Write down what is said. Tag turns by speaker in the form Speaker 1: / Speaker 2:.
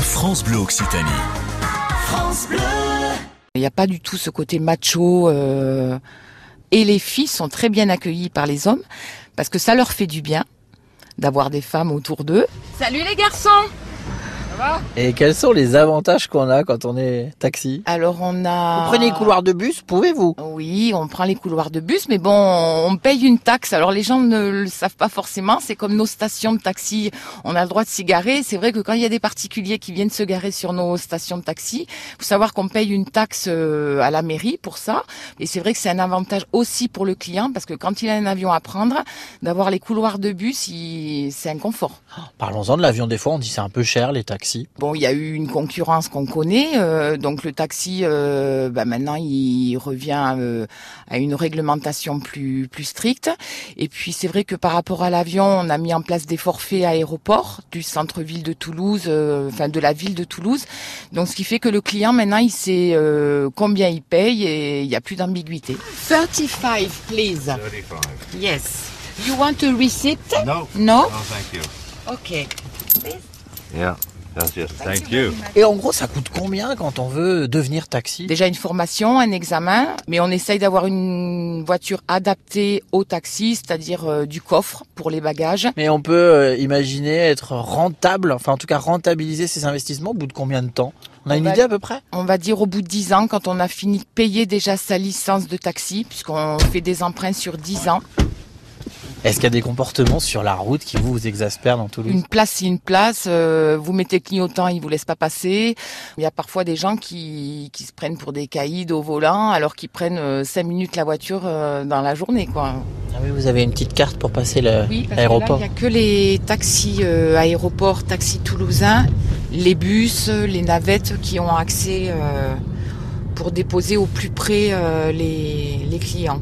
Speaker 1: France Bleu Occitanie.
Speaker 2: France Bleu.
Speaker 3: Il n'y a pas du tout ce côté macho. euh, et les filles sont très bien accueillies par les hommes parce que ça leur fait du bien d'avoir des femmes autour d'eux.
Speaker 4: Salut les garçons
Speaker 5: Et quels sont les avantages qu'on a quand on est taxi
Speaker 3: Alors on a.
Speaker 5: Vous prenez les couloirs de bus, pouvez-vous
Speaker 3: Oui, on prend les couloirs de bus, mais bon, on paye une taxe. Alors les gens ne le savent pas forcément. C'est comme nos stations de taxi. On a le droit de s'y garer. C'est vrai que quand il y a des particuliers qui viennent se garer sur nos stations de taxi, faut savoir qu'on paye une taxe euh, à la mairie pour ça. Et c'est vrai que c'est un avantage aussi pour le client parce que quand il a un avion à prendre, d'avoir les couloirs de bus, il- c'est un confort.
Speaker 5: Parlons-en de l'avion, des fois on dit c'est un peu cher les taxis.
Speaker 3: Bon, il y a eu une concurrence qu'on connaît, euh, donc le taxi, euh, bah, maintenant, il revient euh, à une réglementation plus plus stricte. Et puis c'est vrai que par rapport à l'avion, on a mis en place des forfaits aéroports du centre-ville de Toulouse, euh, enfin de la ville de Toulouse. Donc ce qui fait que le client maintenant, il sait euh, combien il paye et il n'y a plus d'ambiguïté.
Speaker 4: 35, please.
Speaker 6: 35.
Speaker 4: Yes. You want a receipt
Speaker 6: No.
Speaker 3: Non
Speaker 6: No, Oh, thank you.
Speaker 4: Okay.
Speaker 6: Yeah, that's just. Thank, you.
Speaker 5: Et en gros ça coûte combien quand on veut devenir taxi
Speaker 3: Déjà une formation, un examen, mais on essaye d'avoir une voiture adaptée au taxi, c'est-à-dire euh, du coffre pour les bagages.
Speaker 5: Mais on peut euh, imaginer être rentable, enfin en tout cas rentabiliser ses investissements au bout de combien de temps On a
Speaker 3: On
Speaker 5: une
Speaker 3: va-
Speaker 5: idée à peu près
Speaker 3: on va dire au bout de 10 ans, quand on a fini de payer déjà sa licence de taxi, puisqu'on fait des emprunts sur 10 ans.
Speaker 5: Est-ce qu'il y a des comportements sur la route qui vous, vous exaspèrent dans Toulouse
Speaker 3: Une place, c'est une place. euh, vous mettez clignotant, ils vous laissent pas passer. Il y a parfois des gens qui, qui se prennent pour des caïds au volant, alors qu'ils prennent 5 minutes la voiture euh, dans la journée. quoi.
Speaker 5: Ah oui, vous avez une petite carte pour passer le-
Speaker 3: Oui, parce que là,
Speaker 5: l'aéroport.
Speaker 3: il n'y a que les taxis euh, aéroports, taxis toulousains, les bus, euh, les navettes qui ont accès euh, pour déposer au plus près euh, les, les clients.